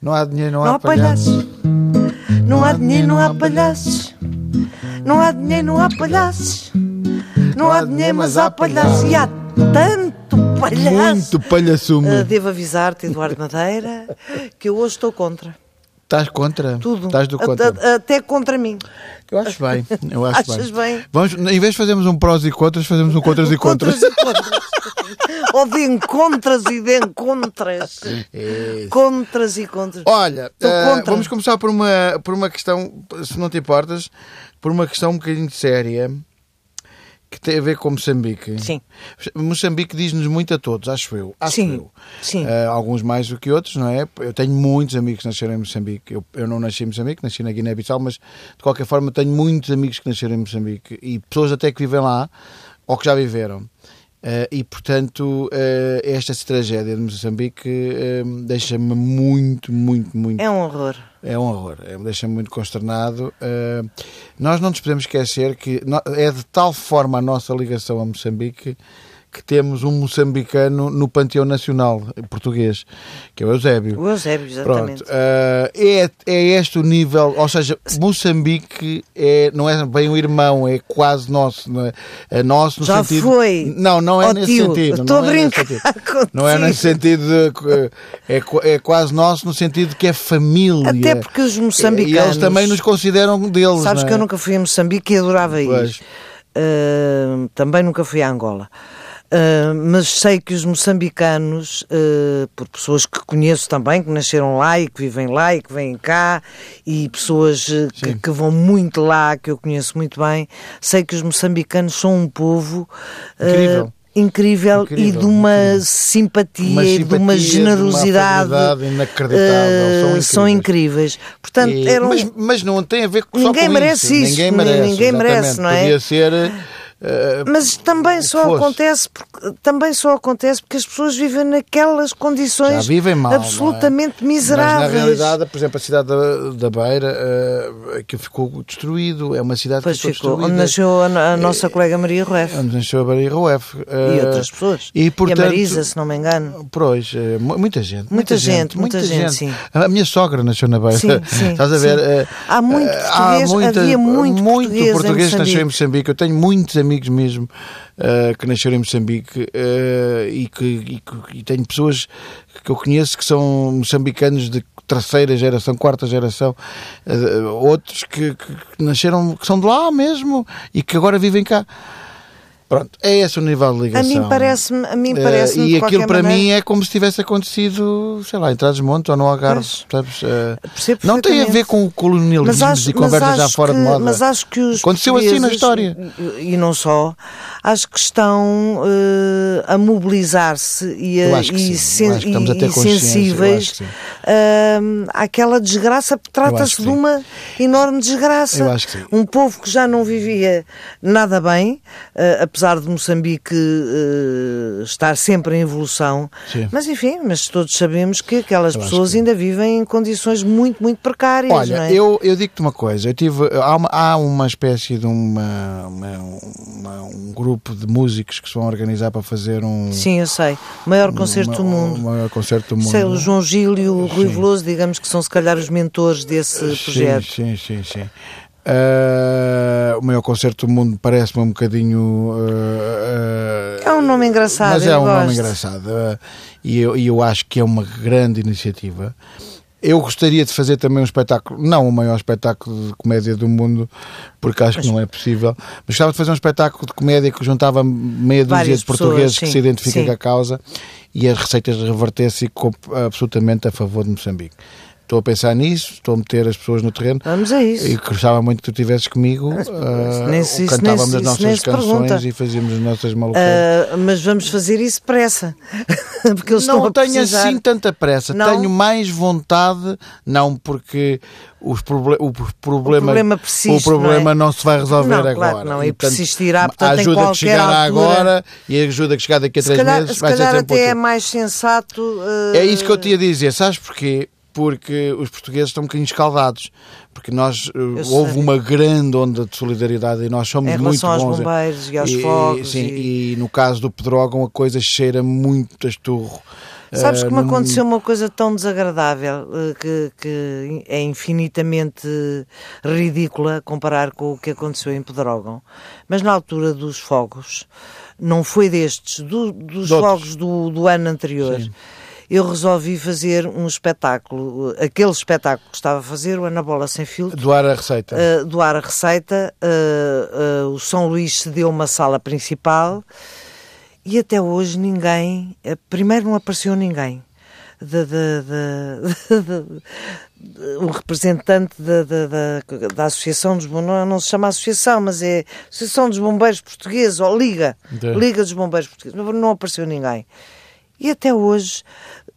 Não há dinheiro, não, Não há palhaços. Não há dinheiro, não há palhaços. Não há dinheiro, não há palhaços. Não há dinheiro, mas há palhaços. E há tanto palhaço. Muito palhaçume. Ah, devo avisar-te, Eduardo Madeira, que eu hoje estou contra. Estás contra? Tudo. Estás do A- contra. a- até contra mim. Eu acho bem. Eu acho Achas bem? Vamos, em vez de fazermos um prós e contras, fazemos um contras e contras. e contras. Ou de encontras e de encontras. Contras e contras. É Olha, Estou eh, contra. vamos começar por uma, por uma questão, se não te importas, por uma questão um bocadinho séria que tem a ver com Moçambique. Sim. Moçambique diz-nos muito a todos, acho eu. Acho Sim, eu. sim. Eh, alguns mais do que outros, não é? Eu tenho muitos amigos que nasceram em Moçambique. Eu, eu não nasci em Moçambique, nasci na Guiné-Bissau, mas de qualquer forma tenho muitos amigos que nasceram em Moçambique e pessoas até que vivem lá ou que já viveram. Eh, e portanto, eh, esta tragédia de Moçambique eh, deixa-me muito, muito, muito. É um horror. É um horror, é, deixa-me muito consternado. Uh, nós não nos podemos esquecer que no- é de tal forma a nossa ligação a Moçambique que temos um moçambicano no panteão nacional português, que é o Eusébio. O Eusébio, exatamente. Pronto, uh, é, é este o nível, ou seja, Moçambique é, não é bem um irmão, é quase nosso, não é, É nosso no Já sentido... foi. Não, não é Ó, nesse Oh, tio, sentido. estou não a é nesse brincar sentido. contigo. Não é nesse sentido, de- é, qu- é quase nosso no sentido de que é família. Até porque os moçambicanos- E eles também nos consideram deles, Sabes não é? que eu nunca fui a Moçambique e adorava ir. Pois. Ah, também nunca fui a Angola. Ah, mas sei que os moçambicanos, ah, por pessoas que conheço também, que nasceram lá e que vivem lá e que vêm cá, e pessoas ah, que, que vão muito lá, que eu conheço muito bem, sei que os moçambicanos são um povo ah, Incrível. incrível, e Incrível, de uma simpatia, Uma e de uma simpatia, de uma generosidade. afabilidade inacreditável, são ah, são incríveis. Portanto, E- eram- mas, mas não tem a ver com só Ninguém com merece isso. isso, Ninguém ni- merece, ninguém exatamente. merece, não é? Podia ser... eh, Mas também só fosse. acontece porque, também só acontece porque as pessoas vivem naquelas já condições vivem mal, não é? absolutamente Mas miseráveis. na realidade, por exemplo, a cidade da, da Beira, eh, que ficou destruído, é uma cidade pois que ficou ficou, onde destruída. nasceu a, a Eh, nossa colega Maria Rueff Onde nasceu a Beira e Ruef. e outras pessoas. eh, E, portanto, a Marisa, se não me engano. Pois, eh, mu- muita gente. Muita, gente, muita gente, sim. A minha sogra nasceu na Beira. Sim, sim, Estás a ver? sim. eh, Há muito eh, português, havia muito português em que nasceu Moçambique. em Moçambique. Eu tenho muitos amigos mesmo eh, que nasceram em Moçambique eh, e, que, e que- e tenho pessoas que eu conheço que são moçambicanos de terceira geração, quarta geração, eh, outros que, que- que nasceram, que são de lá mesmo e que agora vivem cá. Pronto, é esse o nível de A ligação. mim parece-me, a mim Eh, parece-me de e aquilo qualquer para maneira- mim é como se tivesse acontecido, sei lá, em Trás-os-Montes ou no Algarve. percebes? Eh, percebo não tem a ver perfeitamente. com Mas colonialismos acho- e conversas mas já acho fora de que- moda. Mas acho que os Aconteceu assim na portugueses, história. E e não só, acho que estão eh, a mobilizar-se e, Eu a, acho que e, sim. Eu acho que estamos a ter e consciência, eu acho sensíveis que sim. eh, àquela desgraça, porque acho que trata-se de sim. uma enorme desgraça. Eu acho que sim. Um povo que já não vivia nada bem, eh, apesar de Moçambique eh, estar sempre em evolução, Sim. mas enfim, mas todos sabemos que aquelas Eu acho pessoas que- ainda vivem em condições muito, muito precárias. Olha, não é? eu, eu digo-te uma coisa. Eu tive, há, uma, há uma espécie de uma, uma- uma- um grupo de músicos que se vão organizar para fazer um, Sim, eu sei. Maior concerto uma- do mundo. um maior concerto do mundo. Sei, o João Gil e o Rui Veloso, digamos que são se calhar os mentores desse projeto. Sim, sim, sim. sim. Ah, o maior concerto do mundo parece-me um bocadinho. ah, ah, É um nome engraçado, Mas eu é um gosto. nome engraçado. ah, e, eu, e eu acho que é uma grande iniciativa. Eu gostaria de fazer também um espetáculo, não o maior espetáculo de comédia do mundo, porque acho que não é possível, mas gostava de fazer um espetáculo de comédia que juntava meia dúzia Várias de portugueses pessoas, que sim, se identificam sim. com a causa e as receitas reverter-se com- absolutamente a favor de Moçambique. Estou a pensar nisso, estou a meter as pessoas no terreno. Vamos a isso. E gostava muito que tu estivesses comigo. ah, nem se- isso cantávamos nem se- as isso nossas nem se canções pergunta. e fazíamos as nossas maluquices. Ah, mas vamos fazer isso depressa. Porque eles estão é. não a tenho precisar. assim tanta pressa. Não? Tenho mais vontade, não porque os proble o p- problema, O problema persiste, o problema não é? não, se vai resolver Não, agora. claro que não, e portanto, persistirá, a portanto, em ajuda que qualquer chegar altura. agora e a ajuda que chegar daqui a se três calhar, meses se vai ser calhar sempre até é útil. mais sensato. ah, É isso que eu te ia dizer, sabes porquê? Porque os portugueses estão um bocadinho escaldados. Porque nós eh, houve sei. uma grande onda de solidariedade e nós somos Em muito relação aos bons. bombeiros e aos fogos Sim, e- e no caso do Pedrógão a coisa cheira muito a esturro. Sabes que me num- aconteceu uma coisa tão desagradável eh, que, que é infinitamente ridícula comparar com o que aconteceu em Pedrógão. Mas na altura dos fogos, não foi destes, do- dos De outros. fogos do, do ano anterior. Eu resolvi fazer um espetáculo, eh, aquele espetáculo que estava a fazer, o Ana Bola Sem Filtro, Doar a receita. eh, doar a receita. eh, eh, o São Luís cedeu uma sala principal e até hoje ninguém. eh, primeiro não apareceu ninguém. da- da- da- da- um representante da, da, da, da Associação dos Bombeiros, não, não se chama Associação, mas é Associação dos Bombeiros Portugueses, ou Liga, Da- Liga dos Bombeiros Portugueses, não, não apareceu ninguém. E até hoje,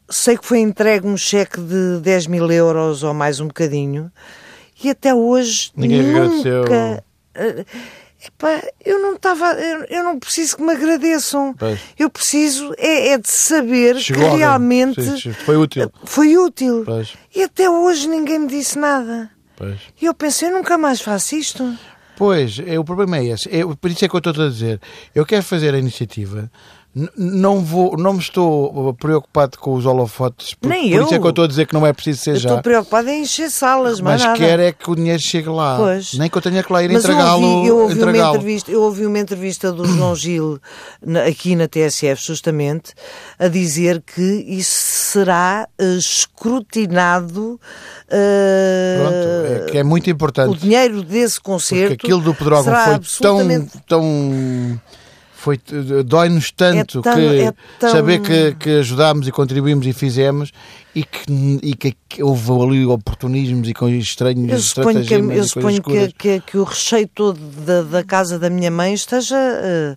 sei que foi entregue um cheque de 10 mil euros ou mais um bocadinho, e até hoje Ninguém nunca... agradeceu. eh, epá, eu não estava, eu, eu não preciso que me agradeçam. Pois. Eu preciso é, é de saber Chegou que alguém. realmente Eh, Sim, sim, foi útil. foi útil. Pois. E até hoje ninguém me disse nada. Pois. E eu pensei, eu nunca mais faço isto. Pois, é, o problema é esse. É, por isso é que eu estou a dizer. Eu quero fazer a iniciativa. N- Não, vou, não me estou uh, preocupado com os holofotes. Por, Nem por isso eu. é que eu estou a dizer que não é preciso ser Eu já. estou preocupada em encher salas, mas Mas nada. quero é que o dinheiro chegue lá. Pois. Nem que eu tenha que lá ir Mas eu ouvi, eu entregá-lo. ouvi, uma Entregá entrevista, eu ouvi uma entrevista do João Gil na- aqui na TSF, justamente, a dizer que isso será eh, escrutinado eh, Pronto, é, que é muito o importante. dinheiro desse Porque concerto. aquilo do Pedrógão será foi absolutamente tão. tão foi t- dói-nos tanto, É tão- que é tão- saber que, que ajudámos e contribuímos e fizemos e que, e que houve ali oportunismos e com estranhos Eu suponho, que, estratagemas eu e coisas suponho escuras. que, que- que o recheio todo da, da casa da minha mãe esteja eh,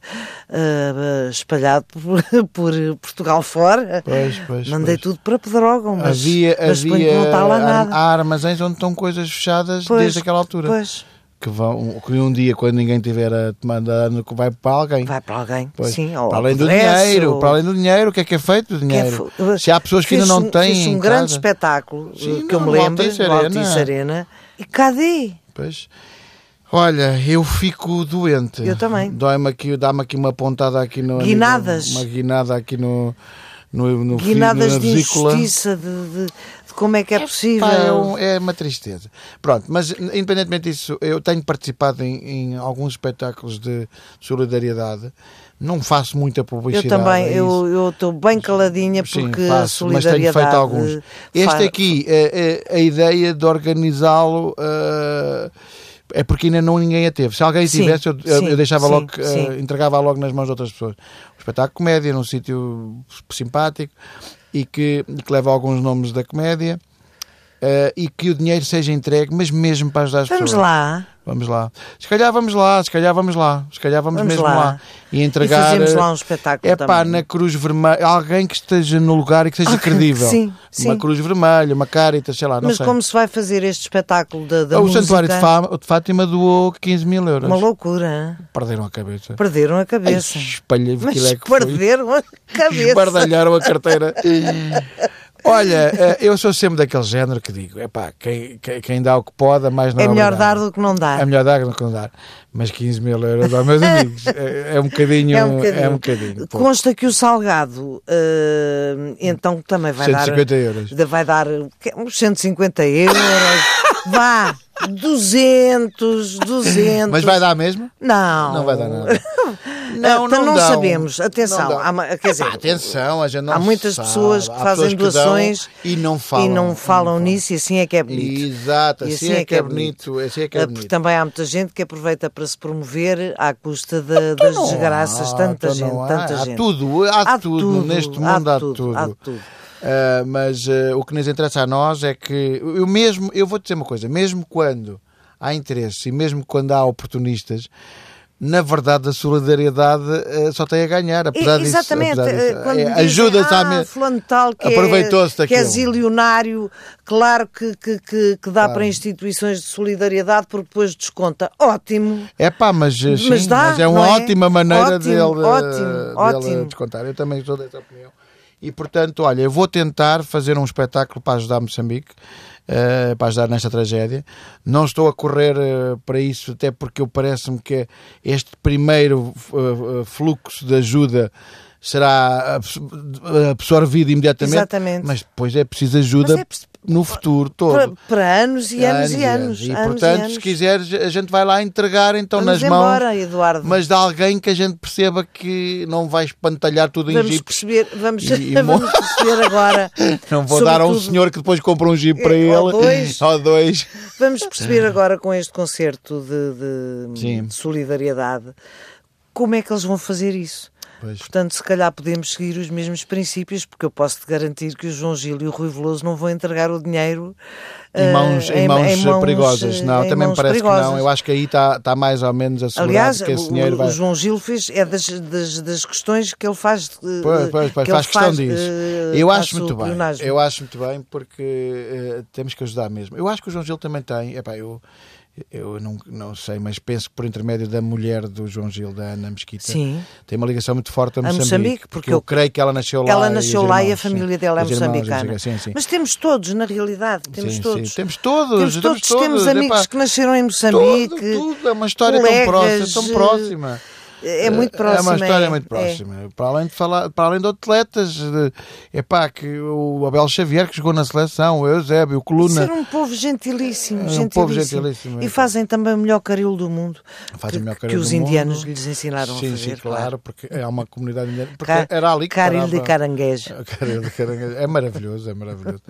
eh, espalhado por, por Portugal fora. Pois, pois, Mandei pois. tudo para Pedrógão, mas, havia mas suponho havia que não está lá ar- nada. há armazéns onde estão coisas fechadas Pois, desde aquela altura Pois, que vão que um dia quando ninguém tiver a tomar dano que vai para alguém vai para alguém. Pois. Sim, ou para além do apodrece, dinheiro, ou- para além do dinheiro, o que é que é feito do que é dinheiro? fo- Se há pessoas que ainda Fiz não um- têm. Fiz um em grande casa. espetáculo eh, Sim, que eu no me lembro, Altice no Arena. Altice Arena. E cadê? Pois. Olha, eu fico doente. Eu também. Dói-me aqui, dá-me aqui uma pontada aqui no. Guinadas. Uma guinada aqui no. no, no Guinadas na de vesícula. injustiça, de, de- de como é que é possível. Pá, é, um- é uma tristeza. Pronto, mas independentemente disso, eu tenho participado em, em alguns espetáculos de solidariedade. Não faço muita Eu publicidade. também, a é isso. eu eu estou bem caladinha porque a faço, mas solidariedade. tenho feito alguns. Este fa- aqui, é, é- a ideia de organizá-lo eh, é porque ainda não ninguém a teve. Se alguém Sim, tivesse, eu, eu- sim, eu deixava sim, logo, que, eh, sim. entregava logo nas mãos de outras pessoas. Um espetáculo de comédia num sítio simpático e que, que leva alguns nomes da comédia. eh, e que o dinheiro seja entregue, mas mesmo para ajudar as Vamos pessoas. lá. Vamos lá. Se calhar vamos lá, se calhar vamos lá, se calhar vamos, Vamos mesmo lá. lá. E entregar. e fazemos eh, lá um espetáculo é pá, também. na Cruz Vermelha, alguém que esteja no lugar e que seja Alguém que- credível. sim, Uma sim. Cruz Vermelha, uma Caritas, sei lá, não Mas sei. É como se vai fazer este espetáculo da, da o música? Santuário de, Fá- de Fátima doou 15 mil euros. Uma loucura. hein? Perderam a cabeça. Perderam a Ai, cabeça. Espalha, Mas aquilo é que foi. perderam a cabeça. Esbardalharam a carteira. Olha, eh, eu sou sempre daquele género que digo: é pá, quem, quem- quem dá o que pode, a mais não É melhor obrigado. dar do que não dar. É melhor dar do que não dar. Mas 15 mil euros, ó, meus amigos, é, é um bocadinho. É um bocadinho. é um bocadinho, pô. Consta que o Salgado, eh, então, também vai dar. 150 euros. Ainda Vai dar o quê? uns 150 euros. Vá, 200, 200. Mas vai dar mesmo? Não. Não vai dar nada. Ah, então Não, não não dão. sabemos. Atenção. Não dão. há ma- quer dizer, Ah, atenção, a gente não há muitas sabe. pessoas que Há fazem pessoas que dão doações e não falam. e não falam nisso, e assim é que é bonito. Exato, E assim, é, que é bonito. Assim é que Eh, é Porque bonito. também há muita gente que aproveita para se promover à custa da- das Então Não há, desgraças. Tanta então gente, não há. tanta há gente. Tudo, há, tudo, neste mundo há, Há tudo. Ah, mas ah, o que nos interessa a nós é que eu mesmo, eu vou dizer uma coisa, mesmo quando há interesse e mesmo quando há oportunistas, na verdade a solidariedade ah, só tem a ganhar, apesar E- disso, Exatamente. apesar disso. eh, quando É, dizem, ajuda-se ah, à me- fulano tal que Aproveitou-se é, que é daquilo." zilionário, claro que, que, que, que dá para instituições de solidariedade porque depois desconta. Ótimo. É pá, mas, ah, sim, Mas mas, dá, é uma não é? ótima maneira Ótimo, dele, ah, ótimo, dele ótimo. descontar. Eu também sou dessa opinião. E portanto, olha, eu vou tentar fazer um espetáculo para ajudar Moçambique, eh, para ajudar nesta tragédia. Não estou a correr eh, para isso, até porque eu parece-me que este primeiro eh, eh, fluxo de ajuda será absorvido imediatamente, Exatamente. mas depois é preciso ajuda Mas é preciso- no futuro Para, todo. para anos e anos, e anos. E anos e portanto, anos. se quiseres, a gente vai lá entregar então Vamos nas mãos, embora, Eduardo. mas de alguém que a gente perceba que não vai espantalhar tudo em Vamos jipes. perceber, vamos, E- e vamos perceber agora. Não vou dar a um sobretudo- senhor que depois compra um jeep para É, ele. ou dois. Ou dois. Vamos perceber agora com este concerto de, de- Sim. de solidariedade como é que eles vão fazer isso. Pois. Portanto, se calhar podemos seguir os mesmos princípios, porque eu posso te garantir que o João Gil e o Rui Veloso não vão entregar o dinheiro Em eh, mãos, em mãos, perigosas. eh, Não, em também me mãos parece que não. perigosas. Eu acho que aí está está mais ou menos assegurado Aliás, que esse o- dinheiro o, vai. João Gil fez, é das, das, das questões que ele faz. eh, Pois, pois, pois, faz que ele questão faz, disso. eh, Eu à acho sua muito bem. pleonasmo. Eu acho muito bem porque eh, temos que ajudar mesmo. Eu acho que o João Gil também tem. Epá, eu eu não, não sei, mas penso que por intermédio da mulher do João Gil, da Ana Mesquita, Sim. tem uma ligação muito forte a Moçambique. Moçambique, porque eu, eu- creio que ela nasceu lá. Ela os nasceu lá e a irmãos, sim. família dela é Os irmãos, moçambicana. Sim, sim. Mas temos todos, na realidade, temos Sim, todos. sim. Temos todos, Temos todos, temos todos, temos amigos epá. que nasceram em Moçambique. Tudo, tudo. É uma história colegas, tão próxima, tão eh, próxima. É muito É próxima. uma história é, muito é. próxima. Para, além de falar, para além de atletas, é pá, que o Abel Xavier que jogou na seleção, o Eusébio, o Coluna. Ser um povo gentilíssimo, É um gentilíssimo. povo gentilíssimo, é. E fazem também o melhor caril do mundo. Fazem o que, melhor que caril os do mundo. indianos lhes ensinaram a Sim, fazer. sim, claro, porque é uma comunidade indiana. Porque Ca- era ali que Caril parava. de caranguejo. Caril de caranguejo. É maravilhoso, é maravilhoso.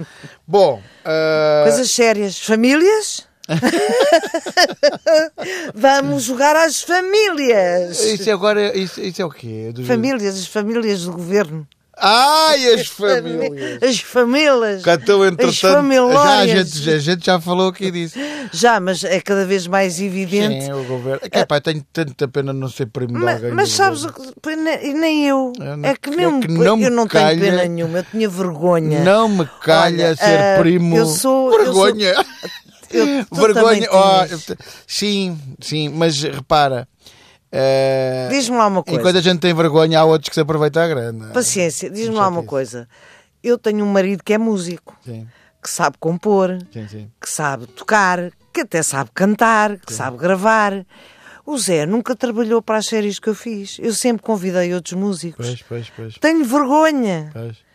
Bom, eh, Coisas sérias. Famílias? Vamos jogar às famílias. isso agora isso, isso é o quê? Dos- Famílias, as famílias do governo. Ai, as famílias! As famílias. Cantou As entretanto. Já, a, famílias. gente, a gente já falou aqui disso. Já, mas é cada vez mais evidente. Sim, é um o governo. É que, pá, tenho tanta pena de não ser primo de Ma- alguém. Mas, do sabes, governo. o que- pois ne- nem eu. Eu não- é que, nem é um- que não eu me não calha- tenho pena nenhuma, eu tinha vergonha. Não me calha é? Olha, ser ah, primo. eu sou- eu sou- Vergonha. Eu- tu também Vergonha. ó, tinhas. eu te- sim, sim, mas repara. eh, Diz-me lá uma coisa. enquanto a gente tem vergonha, há outros que se aproveitam a grana. Paciência, diz-me Não lá uma chatice. coisa. Eu tenho um marido que é músico, Sim, que sabe compor, sim, sim. que sabe tocar, que até sabe cantar, que sabe gravar. O Zé nunca trabalhou para as séries que eu fiz. Eu sempre convidei outros músicos. Pois, pois, pois. Tenho vergonha. Pois,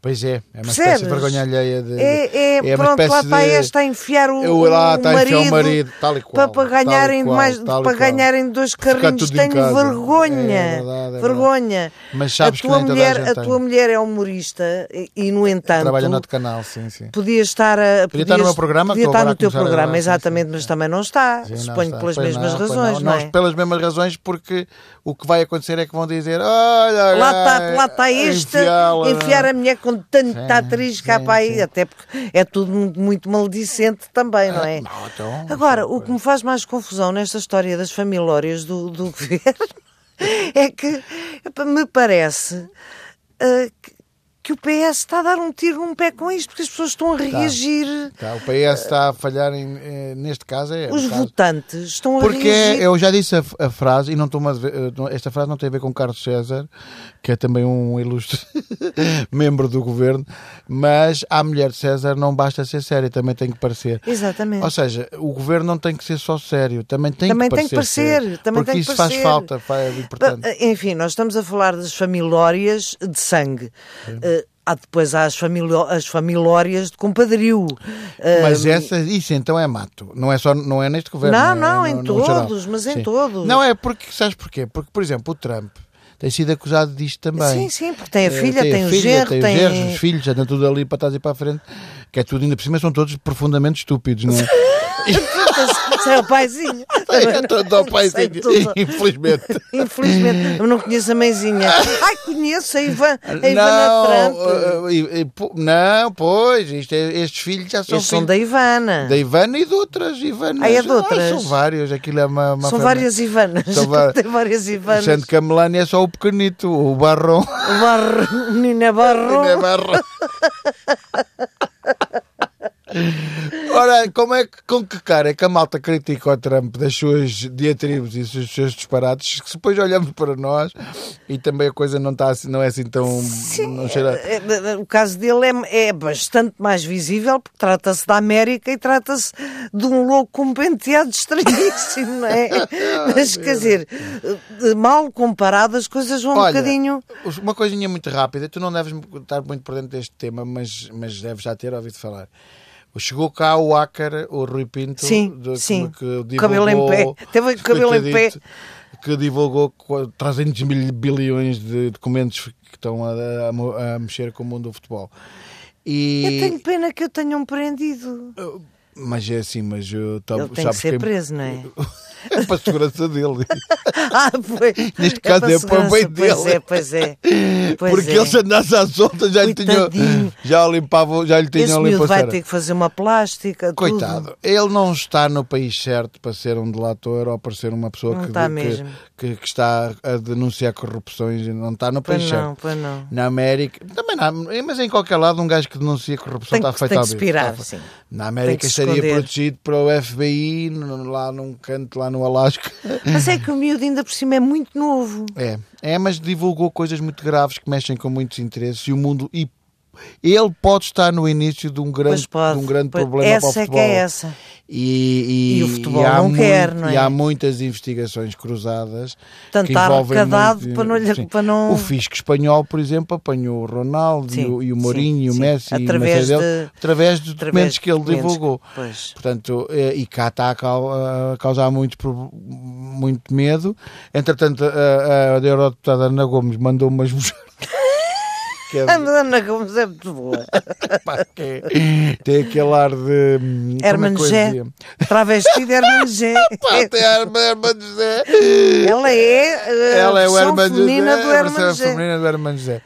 Pois é, é uma espécie de Percebes? vergonha alheia. De, É, é, uma pronto, lá espécie está de- esta a enfiar o, Eu lá o está a enfiar o marido, marido, tal e qual, para, para tal e ganharem qual, mais, tal e para qual. ganharem dois Ficar carrinhos. tudo em Tenho casa. vergonha, É verdade, é verdade. vergonha. Mas sabes a que tua nem toda a mulher, gente tem. tua mulher é humorista e, e, no entanto Trabalha no outro canal, sim, sim. podia estar a Podia estar no meu programa, podia que eu estar agora no teu a começar a programa, gravar, sim, exatamente, sim, mas também não está. Sim, não Suponho está. que pelas Pois mesmas não, pois razões, não, não, é? Pelas mesmas razões, porque o que vai acontecer é que vão dizer: Olha, Lá agora está lá tá este enfiá-la." enfiar a mulher com tanta Sim, atriz cá sim, para aí, sim. até porque é tudo muito, muito maldicente também, não é? Não, então, Agora, sim, o que me faz mais confusão nesta história das familórias do, do governo é que epá, me parece ah, que, que o PS está a dar um tiro num pé com isto, porque as pessoas estão a reagir. tá, o PS está a falhar em- eh, neste caso. É, Os no caso. votantes estão a Porque é reagir. eu já disse a, f- a frase, e não estou esta frase não tem a ver com Carlos César, que é também um ilustre membro do governo, mas à mulher de César não basta ser séria, também tem que parecer. Exatamente. Ou seja, o governo não tem que ser só sério, também tem É. Também que tem que parecer. parecer, sério, também porque tem que isso faz parecer. falta, faz, é importante. Bom, Enfim, nós estamos a falar das familórias de sangue. Eh, há depois há as, familó as familórias de compadrio. Eh, Mas essa, isso então é mato. Não é só não é neste governo. Não, é não, em no- no geral. todos, mas em todos. Não é porque, sabes porquê? Porque, por exemplo, o Trump tem sido acusado disto também. Sim, sim, porque tem a Eh, filha, tem, a o filha, genro, tem, os gerros, os filhos, andam tudo ali para trás e para a frente. Que é tudo, ainda por cima, são todos profundamente estúpidos, não é? Isso é o paizinho. é todo ao pai, Sei tudo. infelizmente. Infelizmente, eu não conheço a mãezinha. Ai, conheço a, Ivan, a Ivana Trump. Não, eh, eh, eh, po- não, pois, isto é- estes filhos já são Estes são filhos da Ivana. da Ivana e de outras Ivanas. Ah, é de outras? são vários, aquilo é uma, uma São família. várias Ivanas. São va- Tem várias Ivanas. Sendo que a Melania é só o pequenito, o Barrão. é O é barro, menina barro. Ainda é Barrão. Ora, como é que, com que cara é que a malta critica o Trump das suas diatribes e dos seus disparates, que se depois olhamos para nós e também a coisa não, está, assim- não é assim tão. não cheira- É, é, é, O caso dele é, é bastante mais visível porque trata-se da América e trata-se de um louco com um penteado estranhíssimo, não é? Mas quer dizer, eh, mal comparado, as coisas vão um Olha, bocadinho. Uma coisinha muito rápida, tu não deves estar muito por dentro deste tema, mas, mas deves já ter ouvido falar. Chegou cá o Ácara, o Rui Pinto, Sim, do- sim. que divulgou, Cabelo em pé. Teve que cabelo em pé. acredito, Que divulgou qu- 300 mil bilhões de documentos que estão a, a mo- a mexer com o mundo do futebol. E, Eu tenho pena que eu tenham prendido. Mas é assim, mas eu tava, Ele tem que ser preso, não é? é para a segurança dele. Ah, pois. Neste caso para é para o bem segurança, pois dele. É, pois é, pois Porque é. ele se andasse à solta já lhe tinham Coitadinho. já o limpavam, já lhe Esse tinham miúdo limpado. a vai cera. ter que fazer uma plástica. tudo. Coitado, ele não está no país certo para ser um delator ou para ser uma pessoa Não que, está que- mesmo. que- que está a denunciar corrupções, não está no país Pois não, certo. pois não. Na América, também na, mas em qualquer lado, um gajo que denuncia corrupção Tem está tá que- feito tem ao que se bico. pirar, Está- sim. Na América Tem que se estaria esconder. protegido para o FBI, no- lá num canto, lá no Alasca. Mas é que o miúdo ainda por cima é muito novo. É, é, mas divulgou coisas muito graves que mexem com muitos interesses e o mundo. E ele pode estar no início de um Pois grande, pode. de um grande Pois- problema para o Essa é que futebol. é essa. E, E o futebol há não mui- quer, não é? E há muitas investigações cruzadas. Portanto, que está envolvem arrecadado muito- para não lhe- Sim. para não- O fisco espanhol, por exemplo, apanhou o Ronaldo e Sim, o, e o sim, Mourinho e o sim. Messi e uma Através série de- através dos através documentos de que ele documentos. divulgou. Pois. Portanto, eh, e cá está a cau- a causar muito, pro- muito medo. Entretanto, a, a, a eurodeputada Ana Gomes mandou umas bujardas. Que é- A Madonna Gomes é muito boa. pá, que é- tem aquele ar de. hum, como é Herman que eu José. dizia? Travesti de Herman José. Pá, tem a Herman Herman José. Ela é a Ela é o versão Herman feminina José, do a Herman versão José. feminina do Herman José.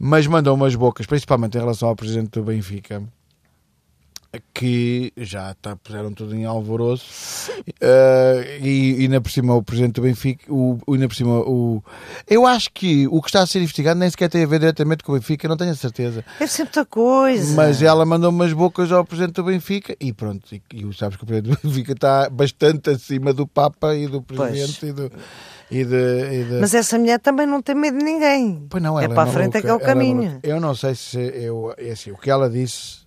Mas mandou umas bocas, principalmente em relação ao presidente do Benfica, que já tá, puseram tudo em alvoroço. Eh, e, e ainda por cima o presidente do Benfica, o, o- ainda por cima o. Eu acho que o que está a ser investigado nem sequer tem a ver diretamente com o Benfica, não tenho a certeza. É sempre outra coisa. Mas ela mandou umas bocas ao presidente do Benfica e pronto, e, e sabes que o presidente do Benfica está bastante acima do Papa e do presidente e do. E de, e de- Mas essa mulher também não tem medo de ninguém. Pois não, é ela para a maluca, frente é que é o ela caminho. maluca. eu não sei se eu, é assim, o que ela disse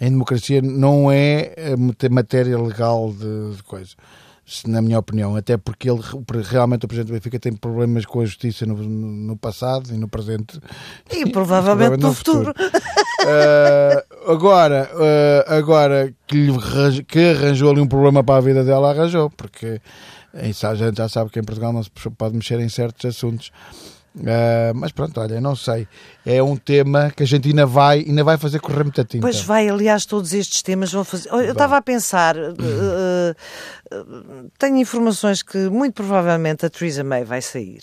em democracia não é eh, mate- matéria legal de, de coisa. Se, na minha opinião, até porque ele re- realmente o presidente do Benfica tem problemas com a justiça no, no- no passado e no presente. E provavelmente no futuro. Eh, agora, eh, agora que, lhe arranj- que arranjou ali um problema para a vida dela, arranjou, porque eh, isso a gente já sabe que em Portugal não se pode mexer em certos assuntos. Eh, mas pronto, olha, não sei. É um tema que a gente ainda vai, ainda vai fazer correr muita tinta. Pois vai, aliás, todos estes temas vão fazer. Olha, Eu estava a pensar, eh, eh, eh, tenho informações que muito provavelmente a Theresa May vai sair.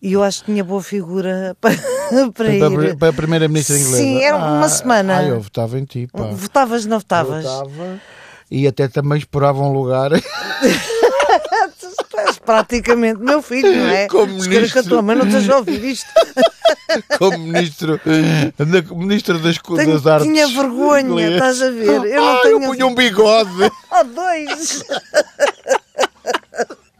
E eu acho que tinha boa figura para, para Portanto, para, ir. a- para a primeira-ministra inglesa. Sim, era uma Ah, semana. Ah, eu votava em ti, pá. Votavas, não votavas? Votava. E até também esperava um lugar. És praticamente meu filho, não é? Como Se queres que a ministro. tua mãe não esteja a ouvir isto. como ministro, da- ministro das, co- Tenho- das artes. tinha vergonha, inglês. estás a ver? Eu não ah, tenho- assim. eu punha um bigode. Oh, dois!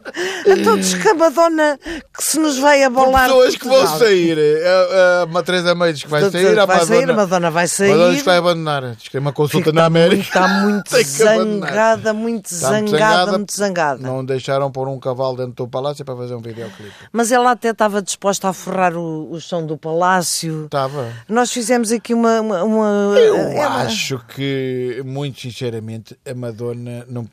A todos camadona que se nos vai abolar. Pessoas que vão Portugal. sair. É, A, a Matreza Meides que vai Portanto, sair. a vai sair, Madonna- a Madonna vai sair. Madonna diz que vai abandonar. Diz que é uma consulta Fica- na América. Está muito Tem que abandonar. zangada, muito Está muito zangada, muito zangada. Não deixaram pôr um cavalo dentro do palácio para fazer um videoclipe. Mas ela até estava disposta a forrar o, o chão do palácio. Estava. Nós fizemos aqui uma. uma, É uma- Tá. Eu ela- acho que, muito sinceramente, a Madonna não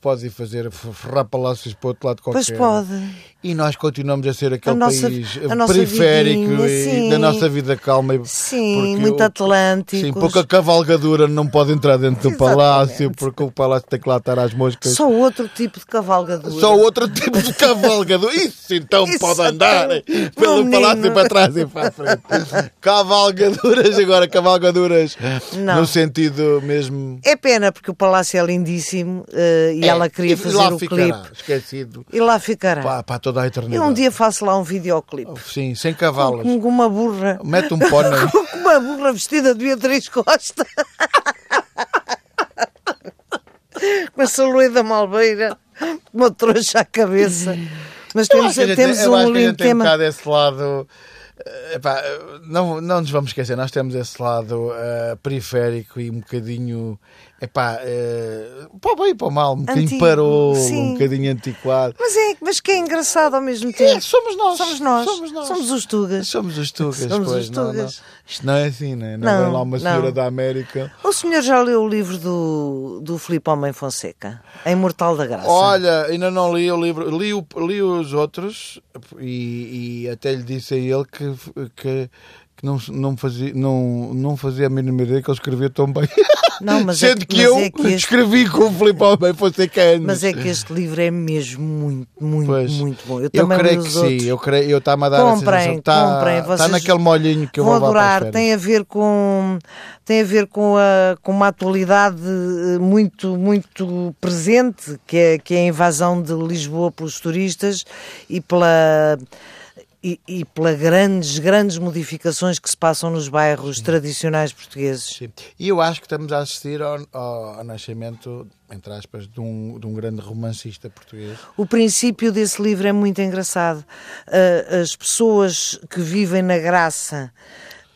pode ir fazer f- ferrar palácios para o outro lado qualquer. Pois pode. E nós continuamos a ser aquele A nossa- país a nossa periférico vidinha, e sim. da nossa vida calma. e- Sim, porque muito o- atlântico. Sim, pouca cavalgadura não pode entrar dentro do palácio Exatamente. porque o palácio tem que lá estar às moscas. Só outro tipo de cavalgadura. Só outro tipo de cavalgador. Isso então Isso pode então, andar pelo meu palácio menino. para trás e para a frente. Cavalgaduras, agora cavalgaduras. Não. No sentido mesmo. É pena, porque o palácio é lindíssimo eh, e É, ela queria fazer lá o ficará, clipe. Esquecido. E lá ficará. Para, para toda a Eu eternidade. um dia faço lá um videoclipe. Sim, sem cavalos. Com uma burra. Mete um pó na. Com uma burra vestida de Beatriz Costa. com essa loira malveira, uma trouxa à cabeça. Mas Eu acho temos, que a gente- temos eu acho um que a gente lindo tem um tema. bocado esse lado. eh, epá, não, não nos vamos esquecer, nós temos esse lado eh, periférico e um bocadinho. Epá, eh, para o bem e para o mal, um bocadinho Antigo, parou, um sim. bocadinho antiquado. Mas, é, mas que é engraçado ao mesmo tempo. É, somos nós. Somos nós. Somos nós. Somos os tugas. Somos os tugas, Somos pois. os não, não. tugas. Isto não é assim, né? não Não, vem lá uma não. senhora da América. O senhor já leu o livro do, do Filipe Homem Fonseca? A Imortal da Graça. Olha, ainda não li o livro, li, o- li os outros e, e até lhe disse a ele que, que, que não, não, fazia, não, não fazia a mínima ideia que ele escrevia tão bem. Não, mas é Sendo que- que mas eu é que este- escrevi com o Filipe Almeida fosse Mas é que este livro é mesmo muito, muito, muito bom. Eu, eu também creio li que os outros. sim, eu creio, eu está-me a dar a comprem, sensação. Está, comprem. Vocês está naquele molhinho que eu vão vou levar para as adorar. férias. Tem a ver com tem a ver com, a, com uma atualidade eh, muito muito presente que é que é a invasão de Lisboa pelos turistas e pela e, e pelas grandes grandes modificações que se passam nos bairros tradicionais portugueses. Sim. E eu acho que estamos a assistir ao, ao- ao nascimento, entre aspas, de um, de um grande romancista português. O princípio desse livro é muito engraçado. Ah, as pessoas que vivem na graça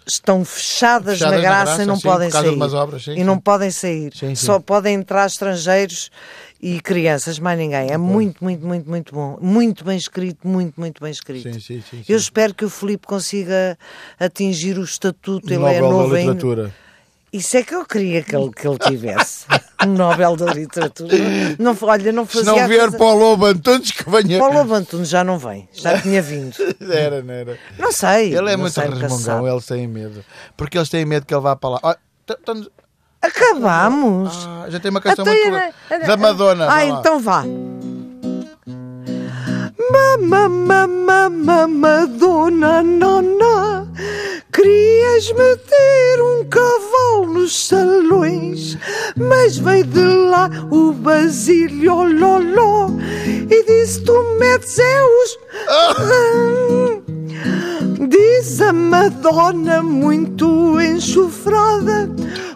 estão fechadas, Fechadas na, na graça graça, e não sim, podem por causa sair. de umas obras, sim, e sim. não podem sair. Sim, sim. Só podem entrar estrangeiros e crianças, mais ninguém. É muito, muito, muito, muito bom. Muito bem escrito, muito, muito bem escrito. Sim, sim, sim, Eu sim. espero que o Filipe consiga atingir o estatuto. Ele é Nobel da novo ainda. literatura. Isso é que eu queria que ele, que ele tivesse. Um Nobel da Literatura. Não, olha, não Se fazia não a vier coisa- para o Lobo Antunes, que venha. Paulo Abantuno já não vem, já tinha vindo. Era, não era. Não sei. Ele é não muito sei, nunca se resmungão, sabe. eles têm medo. Porque eles têm medo que ele vá para lá. Olha, t- estamos- Acabamos. Ah, já tem uma canção Até muito era- boa. Da Madonna. Ah, vá lá. então vá. Mama, mama, mama, dona nona, querias meter um cavalo nos salões, mas veio de lá o Basílio Loló e disse: Tu metes é os. Ah! Diz a Madonna muito enxofrada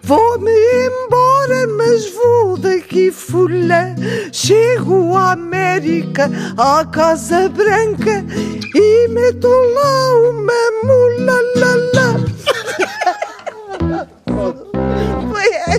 Vou-me embora, mas vou daqui folha Chego à América, à Casa Branca E meto lá uma mula lá, lá. Foi-